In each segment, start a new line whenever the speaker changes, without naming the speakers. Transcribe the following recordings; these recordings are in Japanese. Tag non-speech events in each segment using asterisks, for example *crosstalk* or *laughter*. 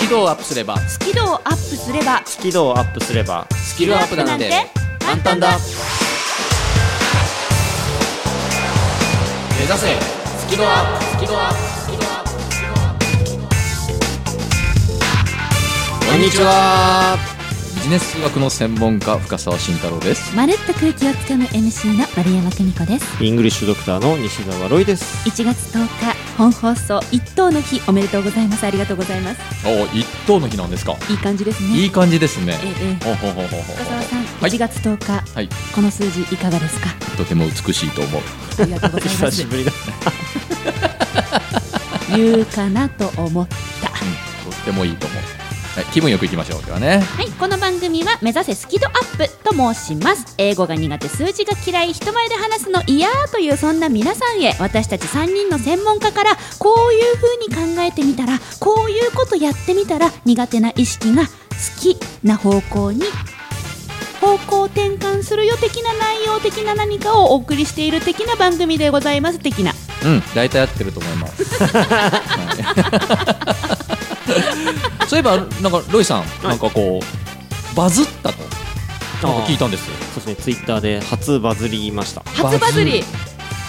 キ度をアップすれば
スキルをアップすれば
スキルをアップすれば
スキルアップなんて簡単だ目指せスキルアップスキルアップスキルアップスキルアップこんにちはビジネス数学の専門家深澤慎太郎です
まるっと空気をつかむ MC の丸山久美子です
イングリッシュドクターの西澤ロイです
1月10日本放送一等の日おめでとうございますありがとうございます
お一等の日なんですか
いい感じですね
いい感じですね
ええええ
ほうほうほうほうほう
深澤さん、
はい
1月10日、
はい
この数字いかがですか
とても美しいと思う
ありがとうござ
*laughs*
いま
久
す
しぶりだ
言うかなと思った
とってもいいと思う、はい、気分よくいきましょう今日はね
はい、この番組は目指せスキドアップと申します英語が苦手数字が嫌い人前で話すの嫌というそんな皆さんへ私たち3人の専門家からこういう風に考えてみたらこういうことやってみたら苦手な意識が好きな方向に方向転換するよ的な内容的な何かをお送りしている的な番組でございます的な
うん大体合ってると思います、はい *laughs* そういえばなんかロイさん、なんかこうバズったとなんか聞いたんですよ
そうですねツイッターで初バズりました
初バズり
バ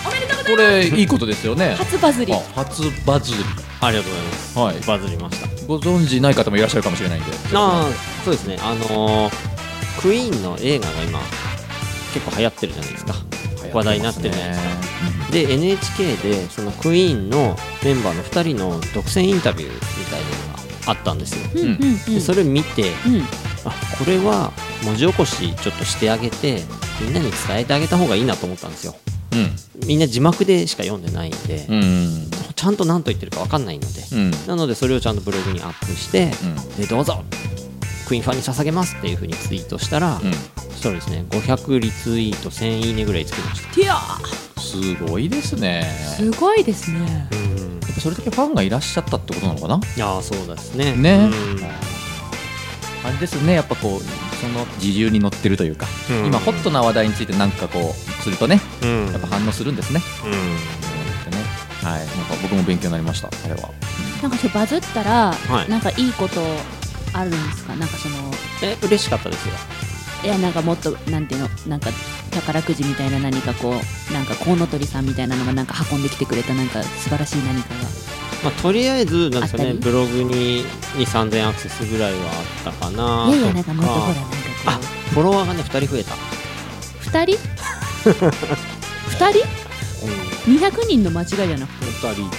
おめでとうござい
これいいことですよね
ます初バズり
あ初バズり
ありがとうご
は
ざいます
い
バズりました
ご存知ない方もいらっしゃるかもしれないんで
ああそうですねあのー、クイーンの映画が今結構流行ってるじゃないですか話題になってるじゃないですかで NHK でそのクイーンのメンバーの2人の独占インタビューみたいなのがあったんですよ
うんうんう
で
ん
それ見て
うん
あこれは文字起こしちょっとしてあげてみんなに伝えてあげた方がいいなと思ったんですよみんな字幕でしか読んでないんで、
うんうん
ちゃんと何と言ってるか分かんないので、
うん
なのでそれをちゃんとブログにアップして、でどうぞクイーンファンに捧げますっていうふうにツイートしたら、
うん
そしたらですね500リツイート1000いいねぐらいつきました
ティアー
すごいですね
すごいですね
うん
やっぱそれだけファンがいらっしゃったってことなのかない
やーそうですね
ね
うん
あれですねやっぱこうその自流に乗ってるというか、
うん
今ホットな話題についてなんかこうするとね
うん
やっぱ反応するんですね,、うんねはい、なんか僕も勉強になりましたあれは
なんかそれバズったら、
はい
なんかいいことあるんですかなんかその
え嬉しかったですよ
いやなんかもっとなんていうのなんか宝くじみたいな何かこうなんかコウノトリさんみたいなのがなんか運んできてくれたなんか素晴らしい何か
まあ、とりあえずなん
あ
ですか
った
ね
り
ブログにに3000アクセスぐらいはあったかな
がいやいやなんかもっとほら
と
なん
か
か
あ
こ
フォロワーがね2人増えた、
う
*laughs*
二人二人200人の間違いじゃなくて
2人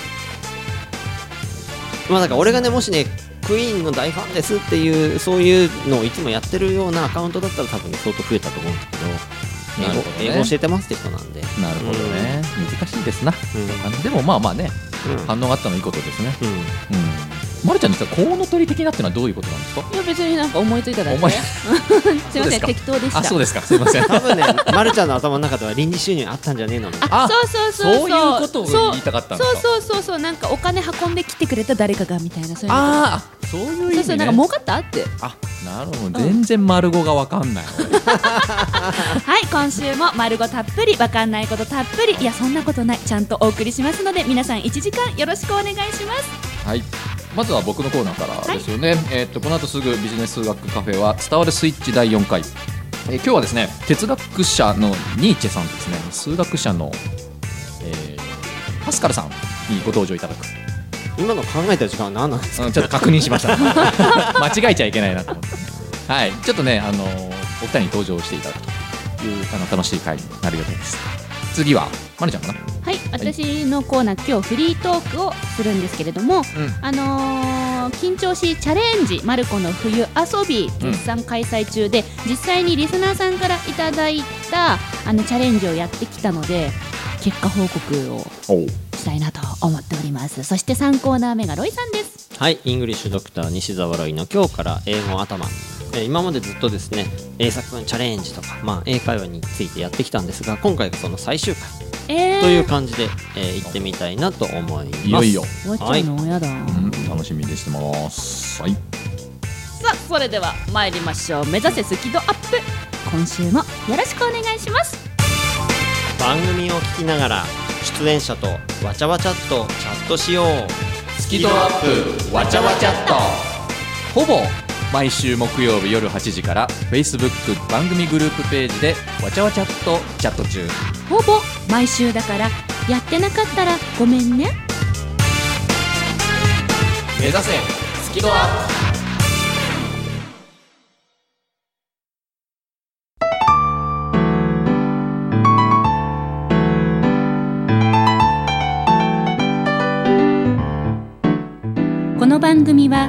まあだから俺がねもしねクイーンの大ファンですっていうそういうのをいつもやってるようなアカウントだったら多分ね相当増えたと思うんだけど
なるほどね
英語英語教えてますって人なんで、
なるほどね、難しいですな、
う
あでもまあまあね
んうん
反応があったのいいことですね、
うん
うん、まるちゃん実はコウノトリ的なってのはどういうことなんですか
いや別になんか思いついただ
お
け *laughs*
前
すいません適当でした
あそうですかすいません
多分ね、ま、るちゃんの頭の中では臨時収入あったんじゃねえのみたいな
あ
あ
そうそうそう
*laughs* そういうことを言いたかったんですか
そうそうそうそうそうなんかお金運んできてくれた誰かがみたいなそういうの
あーあそういう意味、ね、
そうそうなんか儲かったって
あなるほど全然丸語がわかんない、
はい今週も丸ごたっぷりわかんないことたっぷりいやそんなことないちゃんとお送りしますので皆さん1時間よろしくお願いします
はい。まずは僕のコーナーからですよね。えーっとこの後すぐビジネス数学カフェは伝わるスイッチ第4回。えー今日はですね哲学者のニーチェさんですね数学者の、えーパスカルさんにご登場いただく。
今の考えた時間は何なんです
うんちょっと確認しました。 *laughs* 間違えちゃいけないなと思って。はい。ちょっとねあのーお二人に登場していただくというあの楽しい回になる予定です。次はまるちゃんかな。
はい私のコーナー今日フリートークをするんですけれどもあのー緊張しチャレンジマルコの冬遊び絶賛開催中で、実際にリスナーさんからいただいたあのチャレンジをやってきたので結果報告を
おう
したいなと思っておりますそして3コーナー目がロイさんです
はい、イングリッシュドクター西澤ロイの今日から英語頭。えー今までずっとですね、英作文チャレンジとか、まあ、英会話についてやってきたんですが、今回がその最終回
えー、
という感じで、えー行ってみたいなと思います。
いよいよ。
終わっちゃうの、やだ
うん楽しみにしてます。はい。
さあそれでは参りましょう目指せスキドアップ今週もよろしくお願いします
番組を聞きながら、出演者とわちゃわちゃっとチャットしよう。
スキドアップわちゃわちゃっとほぼ毎週木曜日夜8時から Facebook 番組グループページでわちゃわちゃっとチャット中
ほぼ毎週だからやってなかったらごめんね
目指せスキドア
この番組は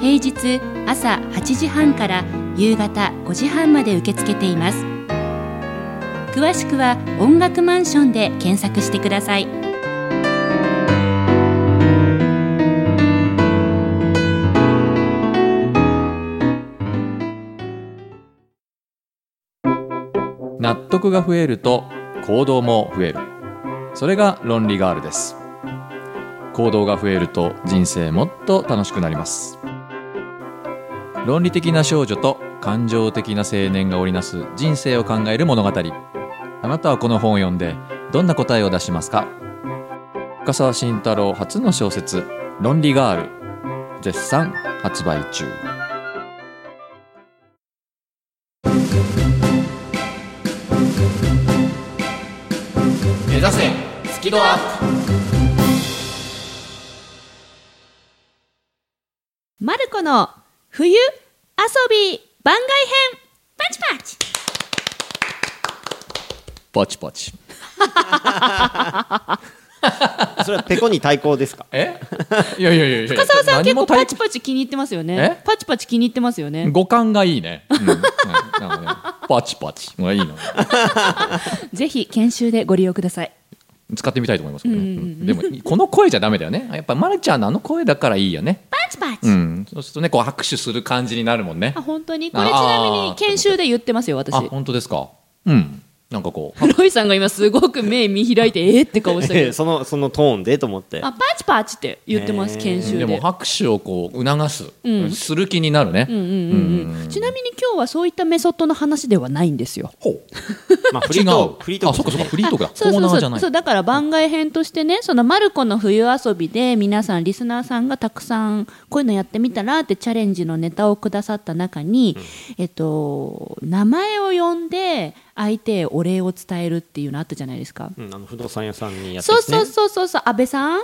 平日朝8時半から夕方5時半まで受け付けています詳しくは音楽マンションで検索してください
納得が増えると行動も増えるそれが論理ガールです行動が増えると人生もっと楽しくなります論理的な少女と感情的な青年が織りなす人生を考える物語あなたはこの本を読んでどんな答えを出しますか深沢慎太郎初の小説「論理ガール」絶賛発売中目指せスキドアップ
マルコの冬遊び番外編パチパチ
ポチポチ
それはペコに対抗ですか
えいやいやいやいや
深澤さん
何
結
も
構
対
パチパチ気に入ってますよね
え
パチパチ気に入ってますよね
五感がいいね。うん、うんなんかねパチパチがいいの。
ぜひ研修でご利用ください
使ってみたいと思いますけどね。うんでもこの声じゃダメだよね。やっぱマルちゃんのあの声だからいいよね。
パチパチ、
うん。そうするとねこう拍手する感じになるもんね
あ。本当にこれちなみ
あ
に
ー
研修で言ってますよ私
あ本当ですか。うん。なんかこう。
*laughs* ロイさんが今すごく目見開いてえー、って顔したけ
*laughs* ええ
ど
そのそのトーンでと思って
あパチパチって言ってます
へー
研修
で
で
も拍手をこう促す、
うん
する気になるね。
うんうんうんうん、ちなみに今日はそういったメソッドの話ではないんですよ。
ほう。
まあフ
違
リー
う。
トークフリートー
あそっ
ク
か
です
そっ
ね
かフリートークだ。
そう
コー
そ
ナ
う
ーじ
そ
ゃな
う
い
そ。うだから番外編としてねその「マルコの冬遊び」で皆さんリスナーさんがたくさんこういうのやってみたらってチャレンジのネタをくださった中に、えっと、名前を呼んで相手へお礼を伝えるっていうのあったじゃないですか。
うんあの不動産屋さんにやって
そう
です
そ
ね
うそうそうそう安倍さん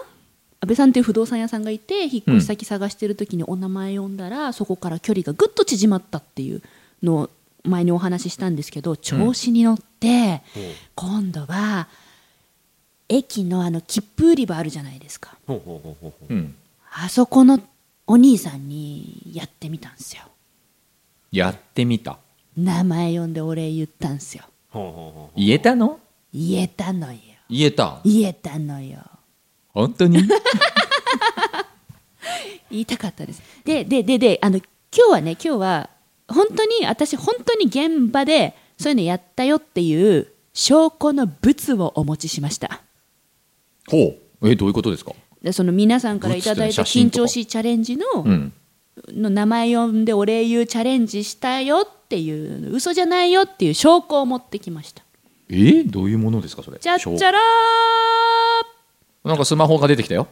安倍さんっていう不動産屋さんがいて引っ越し先探してる時にお名前呼んだら、そこから距離がぐっと縮まったっていうのを前にお話ししたんですけど調子に乗って、今度は駅のあの切符売り場あるじゃないですか
ほうほうほうほうほ
うん。
あそこのお兄さんにやってみたんですよ
やってみた。
名前呼んでお礼言ったんですよ
うほうほうほう
言えたの？
言えたのよ
言えた。
言えたのよ
本当に？
言いたかったです。で、で、で、で、あの、今日はね、今日は、本当に、私、本当に現場で、そういうのやったよっていう、証拠の物をお持ちしました。
ほう。えどういうことですか？
でその皆さんからいただいた
物っていうのは写真
緊
とか
張しいチャレンジの,、
うん。
の名前呼んでお礼言うチャレンジしたよっていう嘘じゃないよっていう証拠を持ってきました
えーどういうものですかそれ？
じゃっちゃらー
なんかスマホが出てきたよ。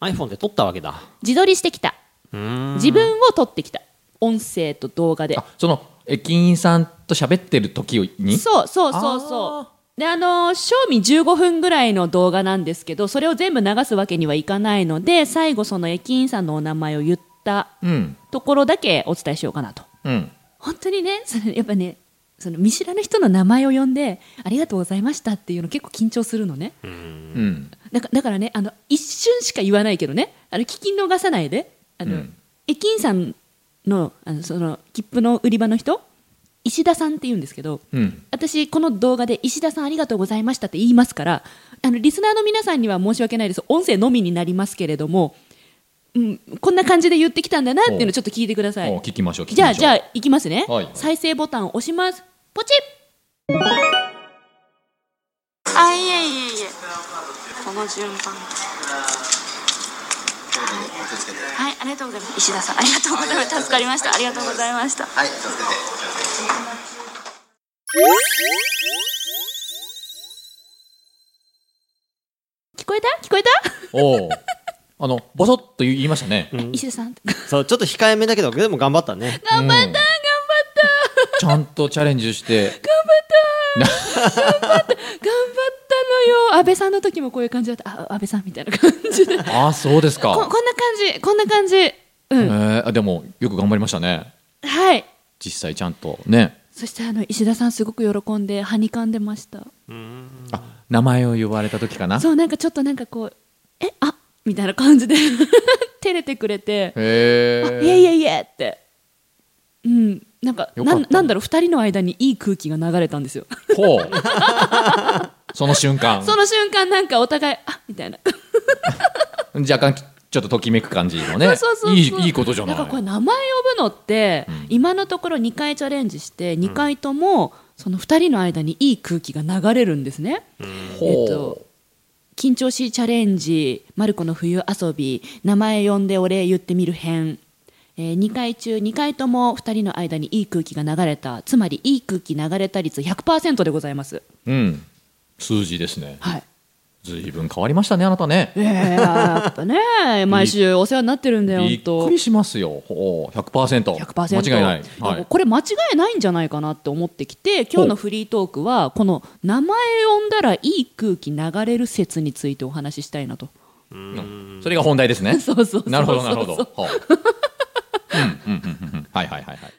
iPhone で撮ったわけだ
自撮りしてきた
うーん
自分を撮ってきた音声と動画で
あ、その駅員さんと喋ってる時に。
そうそうそうそう。で、あのー、賞味15分ぐらいの動画なんですけど、それを全部流すわけにはいかないので、最後その駅員さんのお名前を言った
うん。
ところだけお伝えしようかなと。
うん。
本当にね、そのやっぱね、その見知らぬ人の名前を呼んで、ありがとうございましたっていうの結構緊張するのね。
うん。
だかだからね、あの、一瞬しか言わないけどね、あの、聞き逃さないで、あの、
うん
駅員さんの、あの、その、切符の売り場の人、石田さんって言うんですけど、
うん。
私この動画で石田さんありがとうございましたって言いますからあのリスナーの皆さんには申し訳ないです音声のみになりますけれどもうん、こんな感じで言ってきたんだなっていうのをちょっと聞いてくださ
お
い。
聞きましょう聞き
じゃ
ま
あ、
しょう
じゃあ、いきますね、
はい
再生ボタンを押します。ポチ
あいえいえいえこの順番はいありがとうございます石田さんありがとうございます助かりましたありがとうございました
はい、助けて。
ッ聞こえた聞こえた、
おおあのボソッと言いました
*laughs*
ね
石田さん。
そうちょっと控えめだけどでも頑張ったね
頑張った、頑張ったちゃんとチャレンジして
頑張ったのよ安倍さんの時もこういう感じだったあ安倍さんみたいな感じでこ
ああそうです
こんな
か
感じこんな感じう
え
ん、
ー、あでもよく頑張りましたね
はい
実際ちゃんとね
そしてあの石田さんすごく喜んではにかんでました
名前を呼ばれた時かな
そうなんかちょっとなんかこうえあみたいな感じで *laughs* 照れてくれて
へ
あ
え
いえいえいえってうんなんか
よか
な
った
んなんだろう二人の間にいい空気が流れたんですよ
ほう *laughs* その瞬
*laughs*
間
その瞬間なんかお互いあみたいな
若干きちょっとときめく感じもね
*laughs* そうそうそうそう
いいいいことじゃない
んかこれ名前呼ぶのって、今のところ2回チャレンジして2回ともその2人の間にいい空気が流れるんですね。えっと緊張しいチャレンジ「まる子の冬遊び」「名前呼んでお礼言ってみる編」えー、2回中2回とも2人の間にいい空気が流れたつまりいい空気流れた率100%でございます。
うん数字ですね
はい
ずいぶん変わりましたねあなたね
えー、やっぱね *laughs* 毎週お世話になってるんだよ
び
本
っ
当
くりしますよほう 100%,
100%
間違いない、
なん
は
か
い、
これ間違いないんじゃないかなって思ってきて今日のフリートークはこの名前呼んだらいい空気流れる説についてお話ししたいなと
それが本題ですね
*laughs* そうそうそう *laughs* そう
なるほどなるほどほううんうんうんうんうんはいはいはいはい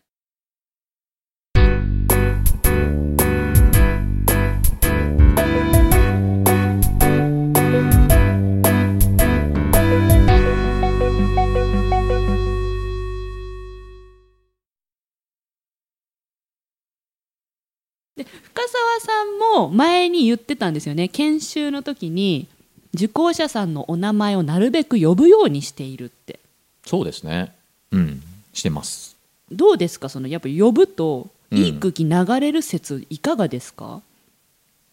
深澤さんも前に言ってたんですよね研修の時に受講者さんのお名前をなるべく呼ぶようにしているって
そうですねうんしてます
どうですかそのやっぱ呼ぶと
うん
いい空気流れる説いかがですか、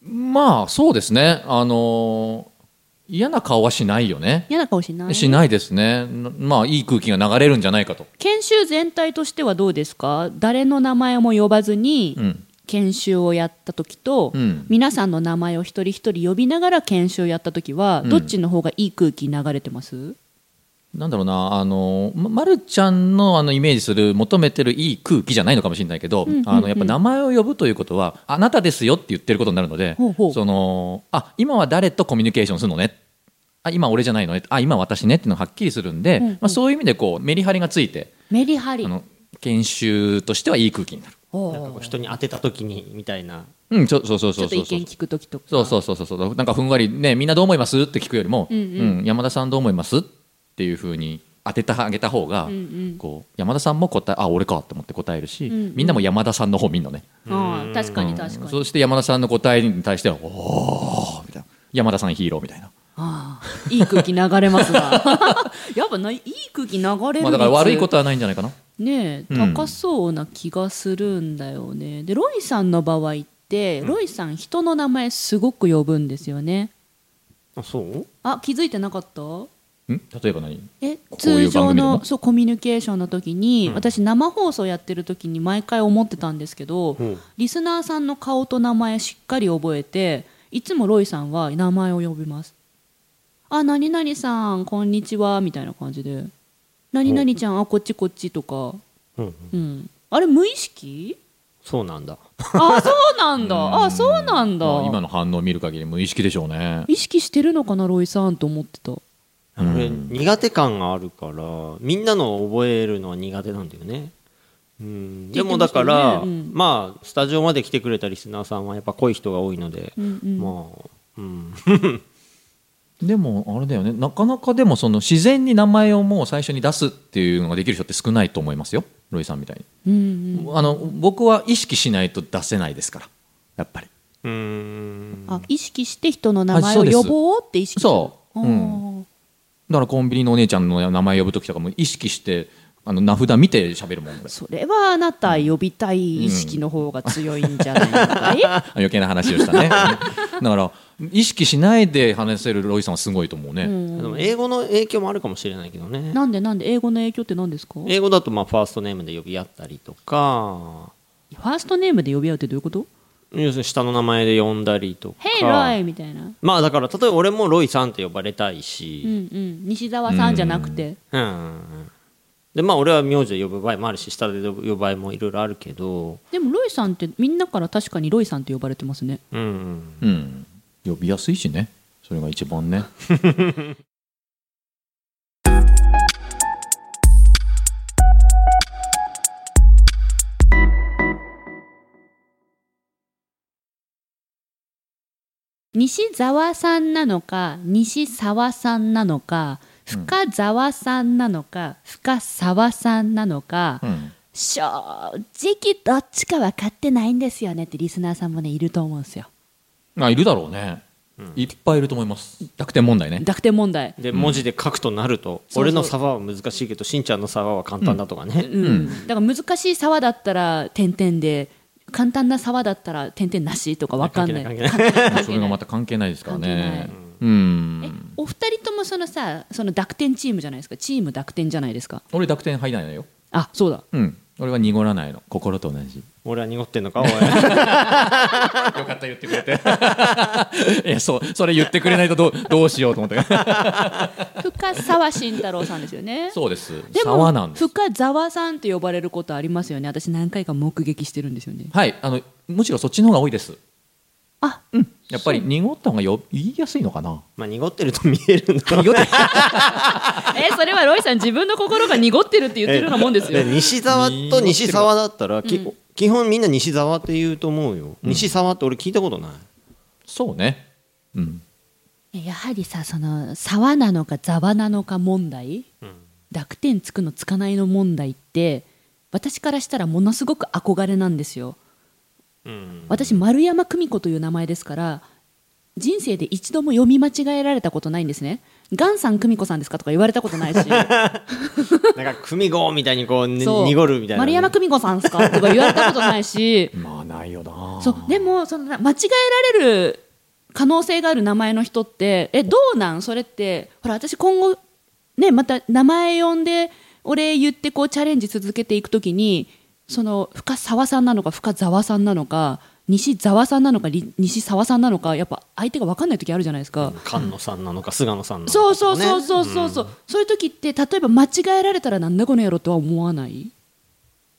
まあそうですねあのー嫌な顔はしないよね
嫌な顔しない
しないですねなまあいい空気が流れるんじゃないかと
研修全体としてはどうですか誰の名前も呼ばずに、
うん
研修をやった時と、
うん
皆さんの名前を一人一人呼びながら研修をやった時は、
うん
どっちの方がいい空気流れてます
なんだろうな、あの、ま、まるちゃんのあのイメージする、求めてるいい空気じゃないのかもしれないけど、
んうんうん
あの、やっぱ名前を呼ぶということは、あなたですよって言ってることになるので、
ほうほう
その、あ、今は誰とコミュニケーションするのね。あ、今俺じゃないのね。あ、今私ねっていうのがはっきりするんで、
うんうん
まあ、そういう意味でこう、メリハリがついて、
メリハリ
あの、研修としてはいい空気になる。
おう
なんかこう人に当てた時にみたいな
うん、そうそうそう
ち
そう
ょっと
そう
意見聞く時とか
そうそうそうそうそうなんかふんわりねみんなどう思いますって聞くよりも、
うんうん
うん山田さんどう思いますっていうふうに当ててあげた方が、
うんうん
こう山田さんも答えあ俺かと思って答えるし、
んうん
みんなも山田さんの方見んのね
うん確かに確かに、
そして山田さんの答えに対してはおおみたいな山田さんヒーローみたいな、
ああいい空気流れま
*laughs*
すがやっぱないいい空気流れる
まあ、だから悪いことはないんじゃないかな
ねえ
うん
高そうな気がするんだよね、でロイさんの場合ってロイさん人の名前すごく呼ぶんですよね
あそう
あ気づいてなかった
ん例えば何
え
うい
通
う番
常
組でも
のそうコミュニケーションの時に、私生放送やってる時に毎回思ってたんですけど、
ん
リスナーさんの顔と名前しっかり覚えていつもロイさんは名前を呼びますあ何々さんこんにちはみたいな感じで何々ちゃんあこっちこっちとか
うん
うんあれ無意識
そうなんだ
あそうなんだあそうなんだ、
まあ今の反応を見る限り無意識でしょうね
意識してるのかなロイさんと思ってた
俺苦手感があるからみんなの覚えるのは苦手なんだよね、うん、でもだからま,、
聞いてましたよねうん
あスタジオまで来てくれたリスナーさんはやっぱ濃い人が多いので、
うんうん
まあうん、
でもあれだよねなかなかでもその自然に名前をもう最初に出すっていうのができる人って少ないと思いますよロイさんみたいに
うんうん
あの僕は意識しないと出せないですからやっぱり
うん
あ意識して人の名前を呼ぼうって意識する
そうですそううん
あー
だからコンビニのお姉ちゃんの名前呼ぶ時とかも意識してあの名札見て喋るもん俺
それはあなた呼びたい意識の方が強いんじゃないかい、
あ *laughs* 余計な話をしたねうんだから意識しないで話せるロイさんはすごいと思うね、
でも英語の影響もあるかもしれないけど *laughs* ね
なんでなんで英語の影響って何ですかファ
英語だとまあファーストネームで呼び合ったりとか
ーストネームで呼び合うってどういうこと
要するに下の名前で呼んだりとか
「ヘイロイ」みたいな
まあだから例えば俺もロイさんって呼ばれたいし、
うんうん西澤さんじゃなくて
うんでまあ俺は名字で呼ぶ場合もあるし下で呼ぶ場合もいろいろあるけど、
でもロイさんってみんなから確かにロイさんって呼ばれてますね
うん、
うん、呼びやすいしねそれが一番ね
西澤さんなのか西沢さんなのか深澤さんなのか、深沢さんなのか、
うん
正直どっちか分かってないんですよねってリスナーさんもねいると思うんですよ
あいるだろうね、いっぱいいると思います濁点問題 *laughs* ね
濁点問題
で文字で書くとなると、
そうそう
俺の差は難しいけどしんちゃんの差は簡単だとかね、
うん、だから難しい沢だったら点々で簡単な沢だったら点々なしとか分かんない
関係な
*laughs*
い
関係ない
それがまた関係ないですからねう
え
ん
お二人ともそのさその濁点チームじゃないですかチーム濁点じゃないですか
俺濁点入らないのよ
あそうだ
うん俺は濁らないの心と同じ
俺は濁ってんのかおい *laughs*
よかった言ってくれて *laughs* いやそうそれ言ってくれないとどうどうしようと思 *laughs* って
深沢慎太郎さんですよね
そうです
で
沢なん
も
です
深沢さんって呼ばれることありますよね私何回か目撃してるんですよね
はいあのむしろそっちの方が多いです
あ
やっぱり濁った方がよ言いやすいのかな
まあ濁ってると見えるんだろう
えそれはロイさん自分の心が濁ってるって言ってるようなもん
*laughs*
ですよ
で西沢と西沢だったら、き基本みんな西沢って言うと思うよ、西沢って俺聞いたことない
そうねうん
やはりさその沢なのか沢なのか問題、濁点つくのつかないの問題って私からしたらものすごく憧れなんですよ私丸山久美子という名前ですから人生で一度も読み間違えられたことないんですね「ガンさん久美子さんですか?」とか言われたことないし
なんか組子みたい *laughs* にこう、ね、
そう
濁るみたいなね、
丸山久美子さんですか?」とか言われたことないし
まあないよな
そうでもそのな間違えられる可能性がある名前の人ってえどうなんそれってほら私今後ねまた名前呼んで俺言ってこうチャレンジ続けていくときにその深沢さんなのか深沢さんなのか西沢さんなのかり西沢さんなのかやっぱ相手が分かんない時あるじゃないですか。
菅野さんなのか菅野さんなのか
そう
と
そ
か
う
ね、
そうそうそうそう、そういう時って例えば間違えられたらなんだこの野郎とは思わない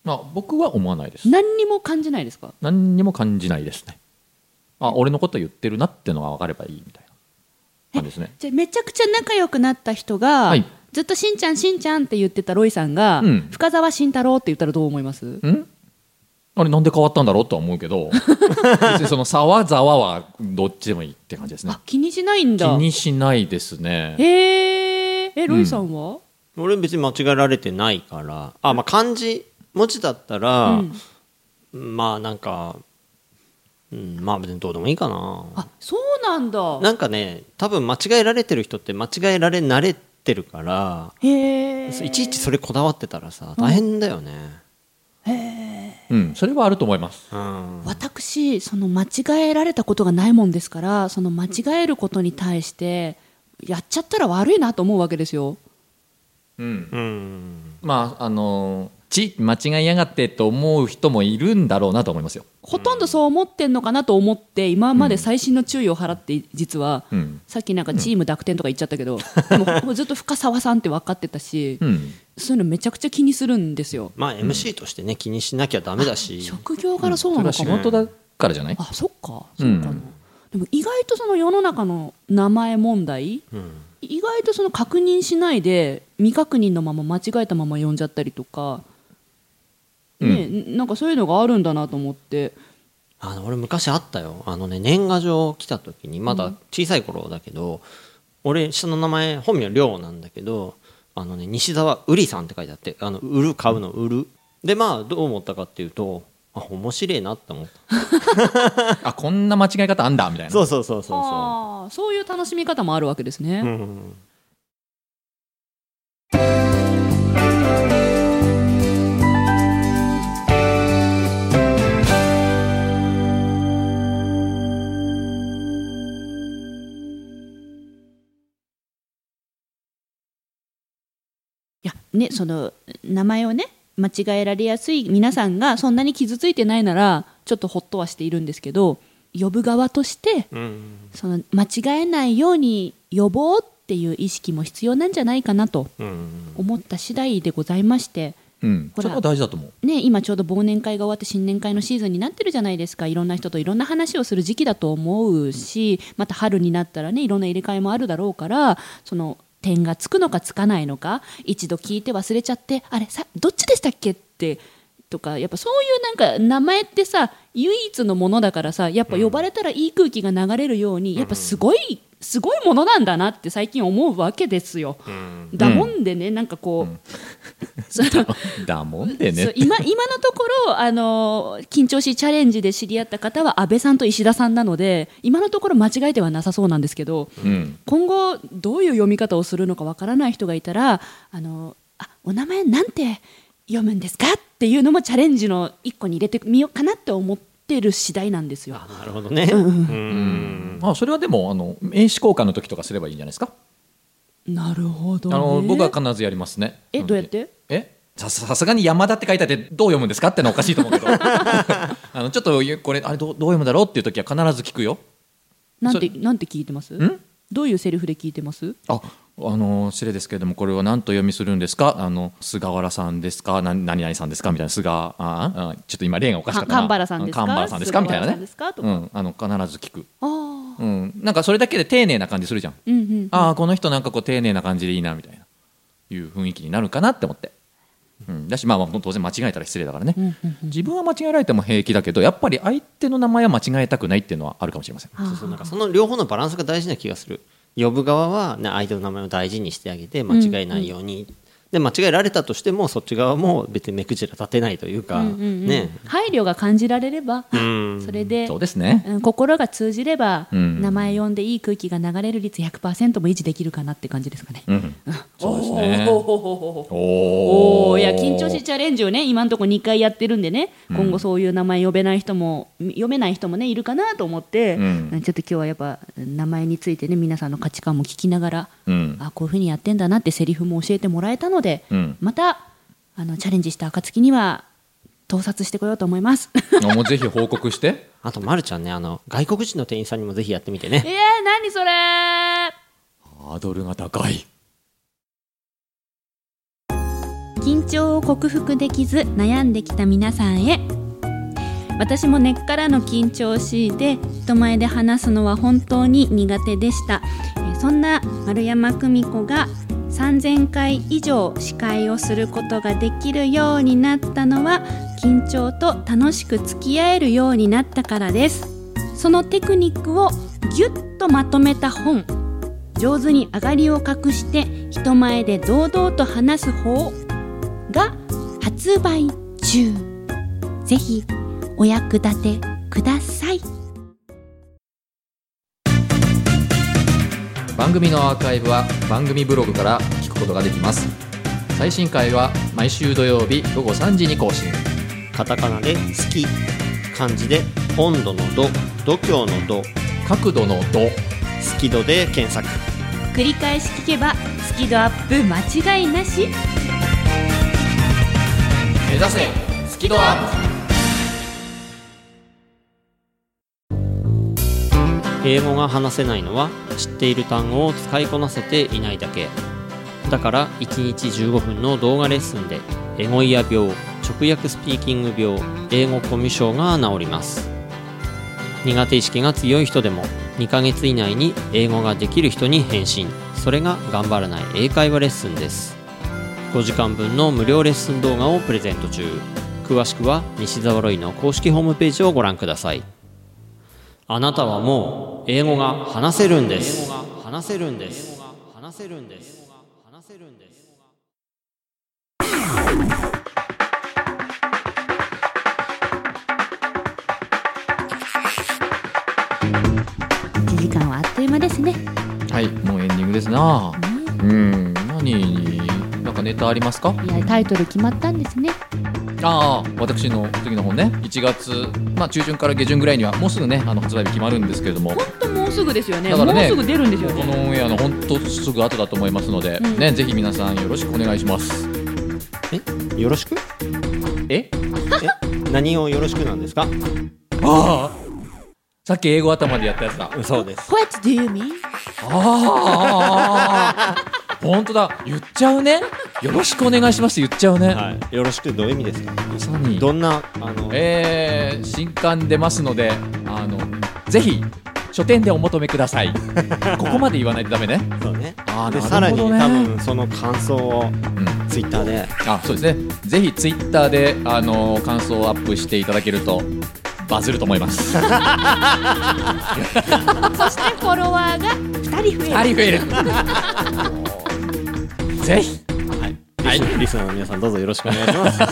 まあ僕は思わないです
何にも感じないですか
何にも感じないですねあ俺のこと言ってるなってのが分かればいいみたいな感じですね
じゃあめちゃくちゃ仲良くなった人が、
はい
ずっとしんちゃんしんちゃんって言ってたロイさんが、
うん
深沢慎太郎って言ったらどう思います
んあれなんで変わったんだろうとは思うけ
*laughs*
ど別にそのざわざわはどっちでもいいって感じですね
あ気にしないん
気
だ
にしないですね
へええロイさんは、
俺別に間違えられてないからあまあ漢字文字だったら、まあなんか、うん、まあ別にどうでもいいかな
あそうなんだ
なんかね多分間違えられてる人って間違えられ慣れてるから
へえ
いちいちそれこだわってたらさ大変だよね、
うんそれはあると思います
うん
私その間違えられたことがないもんですからその間違えることに対してやっちゃったら悪いなと思うわけですよ
うん
うん
まああのち間違いやがってと思う人もいるんだろうなと思いますよ
ほとんどそう思ってんのかなと思って今まで細心の注意を払って実は、
うん
さっきなんかチーム濁点とか言っちゃったけど、でももうずっと深沢さんって分かってたし、
うん
そういうのめちゃくちゃ気にするんですよ
まあ MC としてね気にしなきゃダメだし
職業柄そうな
それは
のか
仕
な、
事だからじゃない
あそっかそううかな、
ん
でも意外とその世の中の名前問題
うん
意外とその確認しないで未確認のまま間違えたまま呼んじゃったりとか、ねなんかそういうのがあるんだなと思って
あの俺昔あったよあのね年賀状来た時にまだ小さい頃だけど、俺下の名前本名亮なんだけどあのね西澤うりさんって書いてあってあの売る買うの売るでまあどう思ったかっていうとあ面白いなって思った
あこんな間違い方あんだみたいな
そうそうそうそうそ
あーそういう楽しみ方もあるわけですね、
う、うん、
ね、その名前をね間違えられやすい皆さんがそんなに傷ついてないならちょっとほっとはしているんですけど呼ぶ側として
うん
その間違えないように呼ぼうっていう意識も必要なんじゃないかなと
うん
思った次第でございまして、
うん、
ほ
そ
ら
れも大事だと
*laughs*
思う
ね、今ちょうど忘年会が終わって新年会のシーズンになってるじゃないですかいろんな人といろんな話をする時期だと思うしまた春になったらねいろんな入れ替えもあるだろうからその点がつくのかつかないのか一度聞いて忘れちゃってあれさどっちでしたっけってとかやっぱそういうなんか名前ってさ唯一のものだからさやっぱ呼ばれたらいい空気が流れるように、やっぱすごいすごいものなんだなって最近思うわけですよ。
うん
だもんでねなんかこう、その
だもんで
そう今今のところ、あのー緊張しいチャレンジで知り合った方は安倍さんと石田さんなので今のところ間違えてはなさそうなんですけど
うん、
今後どういう読み方をするのかわからない人がいたら、あのーあお名前なんて読むんですかっていうのもチャレンジの一個に入れてみようかなって思ってる次第なんですよ。
あなるほどねうん
まあそれはでもあの名刺交換の時とかすればいいんじゃないですか
なるほど、ね、
あの僕は必ずやりますね
え
なの
どう
で
やって
えささすがに山田って書いてあってどう読むんですかってのはおかしいと
*laughs*
思うけどあのちょっとこれあれどうどう読むだろうっていう時は必ず聞くよ
なんて
そ
なんて聞いてます
ん
どういうセリフで聞いてます
ああの失礼ですけれどもこれは何と読みするんですかあの菅原さんですかな何々さんですかみたいな菅ああちょっと今例がおかしかったな
か神原さんですか
神原さんですかみたいな
菅原さん
ね
ですかと
う
か
ん、あの必ず聞く、
あー
うん、なんかそれだけで丁寧な感じするじゃん
うんうん
ああこの人なんかこう丁寧な感じでいいなみたいないう雰囲気になるかなって思って、うん、だしまあまあ当然間違えたら失礼だからね、
うんうん
自分は間違えられても平気だけどやっぱり相手の名前は間違えたくないっていうのはあるかもしれません
あー
そうそうなんかその両方のバランスが大事な気がする呼ぶ側は、ね、相手の名前を大事にしてあげて間違えないように、で間違えられたとしてもそっち側も別に目くじら立てないというか、
うんうんうん
ね
配慮が感じられれば、
うん
それで
そうですね
うん心が通じれば、
うん
名前呼んでいい空気が流れる率100%も維持できるかなって感じですかね。
うんそうですね
おーおー
お
お
お
ーいや緊張しチャレンジをね今のところ2回やってるんでね、今後そういう名前呼べない人も読めない人もねいるかなと思って、
うん
ちょっと今日はやっぱ名前についてね皆さんの価値観も聞きながら、
うん
あこういうふうにやってんだなってセリフも教えてもらえたので、
うん
またあのチャレンジした暁には盗撮してこようと思います。 *laughs*
あもうぜひ報告して
あと、ま、るちゃんねあの外国人の店員さんにもぜひやってみてね
えー、何それ
ハードルが高い
緊張を克服できず悩んできた皆さんへ私も根っからの緊張しいで人前で話すのは本当に苦手でしたえーそんな丸山久美子が3000回以上司会をすることができるようになったのは緊張と楽しく付き合えるようになったからですそのテクニックをぎゅっとまとめた本上手に上がりを隠して人前で堂々と話す方が発売中ぜひお役立てください
番組のアーカイブは番組ブログから聞くことができます最新回は毎週土曜日午後3時に更新
カタカナで「好き」漢字で「温度の度」「度胸の度」
角度の度
「好き度」で検索
繰り返し聞けばスキドアップ間違いなし
目指せスキドアップ
英語が話せないのは知っている単語を使いこなせていないだけだから1日15分の動画レッスンでエゴイヤ病直訳スピーキング病英語コミュ障が治ります苦手意識が強い人でも2ヶ月以内に英語ができる人に返信それが頑張らない英会話レッスンです5時間分の無料レッスン動画をプレゼント中詳しくは西沢ロイの公式ホームページをご覧くださいあなたはもう英語が話せるんです。英語が話せるんです。英語が話せるんです。
1時間はあっという間ですね
はい、もうエンディングですな。うん、何、なんかネタありますか。
いやタイトル決まったんですね
ああ、私の次の本ね、1月、まあ中旬から下旬ぐらいには、もうすぐね、あの発売日決まるんですけれども。
本当もうすぐですよね
だからね
もうすぐ出るんですよ
こ
ね
のオンエアの本当すぐ後だと思いますので、
うん
ね、ぜひ皆さんよろしくお願いします。
えよろしく
え
え何をよろしくなんですか
ああさっき英語頭でやったやつだ
そうです。
What do you mean?
ああ本当だ言っちゃうねよろしくお願いします言っちゃうね、
はい。よろしくどういう意味ですか
まさに
どんな、あの、
えー新刊出ますのであのぜひ書店でお求めくださ
*laughs*
いここまで言わないとダメね
そうね。
あー
で、
なるほどね
さらに多分その感想
う
を
ん
ツイッターで、
あそうですねぜひツイッターであのー感想をアップしていただけるとバズると思います
そしてフォロワーが2人増
あ
える
り増えるぜひ
はい、リスナーの皆さんどうぞよろしくお願いします。 *laughs*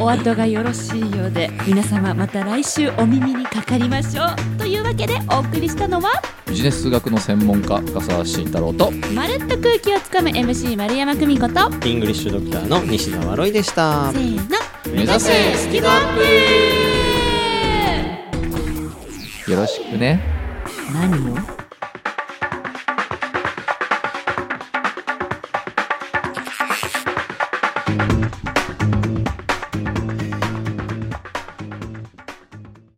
お後がよろしいようで皆様また来週お耳にかかりましょうというわけでお送りしたのは
ビジネス数学の専門家深澤慎太郎と
まるっと空気をつかむ MC 丸山久美子と
イングリッシュドクターの西澤ロイでした
せ。ーの
目指せスキドアップよろしくね
何を